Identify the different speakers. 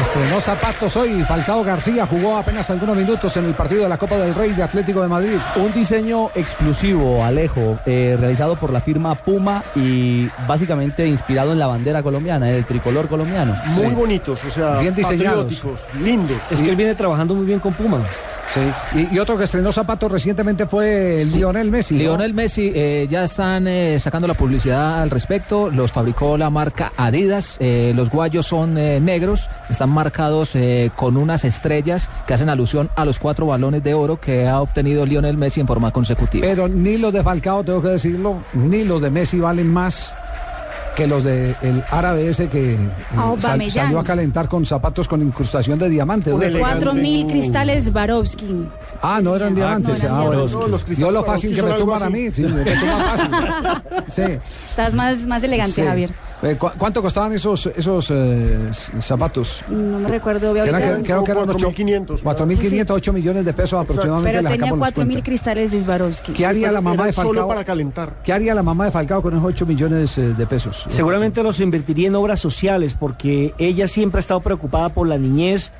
Speaker 1: Estrenó zapatos hoy. Falcao García jugó apenas algunos minutos en el partido de la Copa del Rey de Atlético de Madrid.
Speaker 2: Un diseño exclusivo, Alejo, eh, realizado por la firma Puma y básicamente inspirado en la bandera colombiana, en el tricolor colombiano.
Speaker 3: Muy bonitos, o sea,
Speaker 1: Bien diseñados.
Speaker 3: patrióticos, lindos.
Speaker 4: Es que él viene trabajando muy bien con Puma.
Speaker 1: Sí. Y, y otro que estrenó zapatos recientemente fue Lionel Messi. ¿no?
Speaker 5: Lionel Messi, eh, ya están eh, sacando la publicidad al respecto, los fabricó la marca Adidas, eh, los guayos son eh, negros, están marcados eh, con unas estrellas que hacen alusión a los cuatro balones de oro que ha obtenido Lionel Messi en forma consecutiva.
Speaker 1: Pero ni los de Falcao, tengo que decirlo, ni los de Messi valen más que los del el árabe ese que eh, sal-
Speaker 6: Ah, Aubameyang.
Speaker 1: salió a calentar con zapatos con incrustación de diamante.
Speaker 3: Un
Speaker 1: ¿no?
Speaker 3: elegante.
Speaker 6: Cuatro mil cristales Swarovski.
Speaker 1: Ah, no eran
Speaker 6: No,
Speaker 1: diamantes.
Speaker 6: no eran
Speaker 1: ah, bueno.
Speaker 6: diamantes.
Speaker 3: No, los cristales
Speaker 1: Yo lo fácil
Speaker 3: Swarovski
Speaker 1: que me
Speaker 3: son algo
Speaker 1: tumban a
Speaker 3: así.
Speaker 1: mí. Sí, me tumban fácil. Sí.
Speaker 6: Estás más, más elegante,
Speaker 1: sí.
Speaker 6: Javier.
Speaker 1: Eh, ¿cu- ¿Cuánto costaban esos, esos eh, s- zapatos?
Speaker 6: No me recuerdo.
Speaker 1: Creo
Speaker 6: ahorita.
Speaker 1: que, creo que eran
Speaker 3: 4.500.
Speaker 1: 4.500, 8 millones de pesos aproximadamente.
Speaker 6: Pero
Speaker 1: le
Speaker 6: tenía
Speaker 1: sacamos las
Speaker 6: cuatro mil
Speaker 1: cuentas.
Speaker 6: cristales de Swarovski.
Speaker 1: ¿Qué haría la mamá de
Speaker 3: Eran Solo
Speaker 1: Falcao?
Speaker 3: para calentar.
Speaker 1: ¿Qué haría la mamá de Falcao con esos 8 millones eh, de pesos?
Speaker 4: Seguramente los invertiría en obras sociales porque ella siempre ha estado preocupada por la niñez,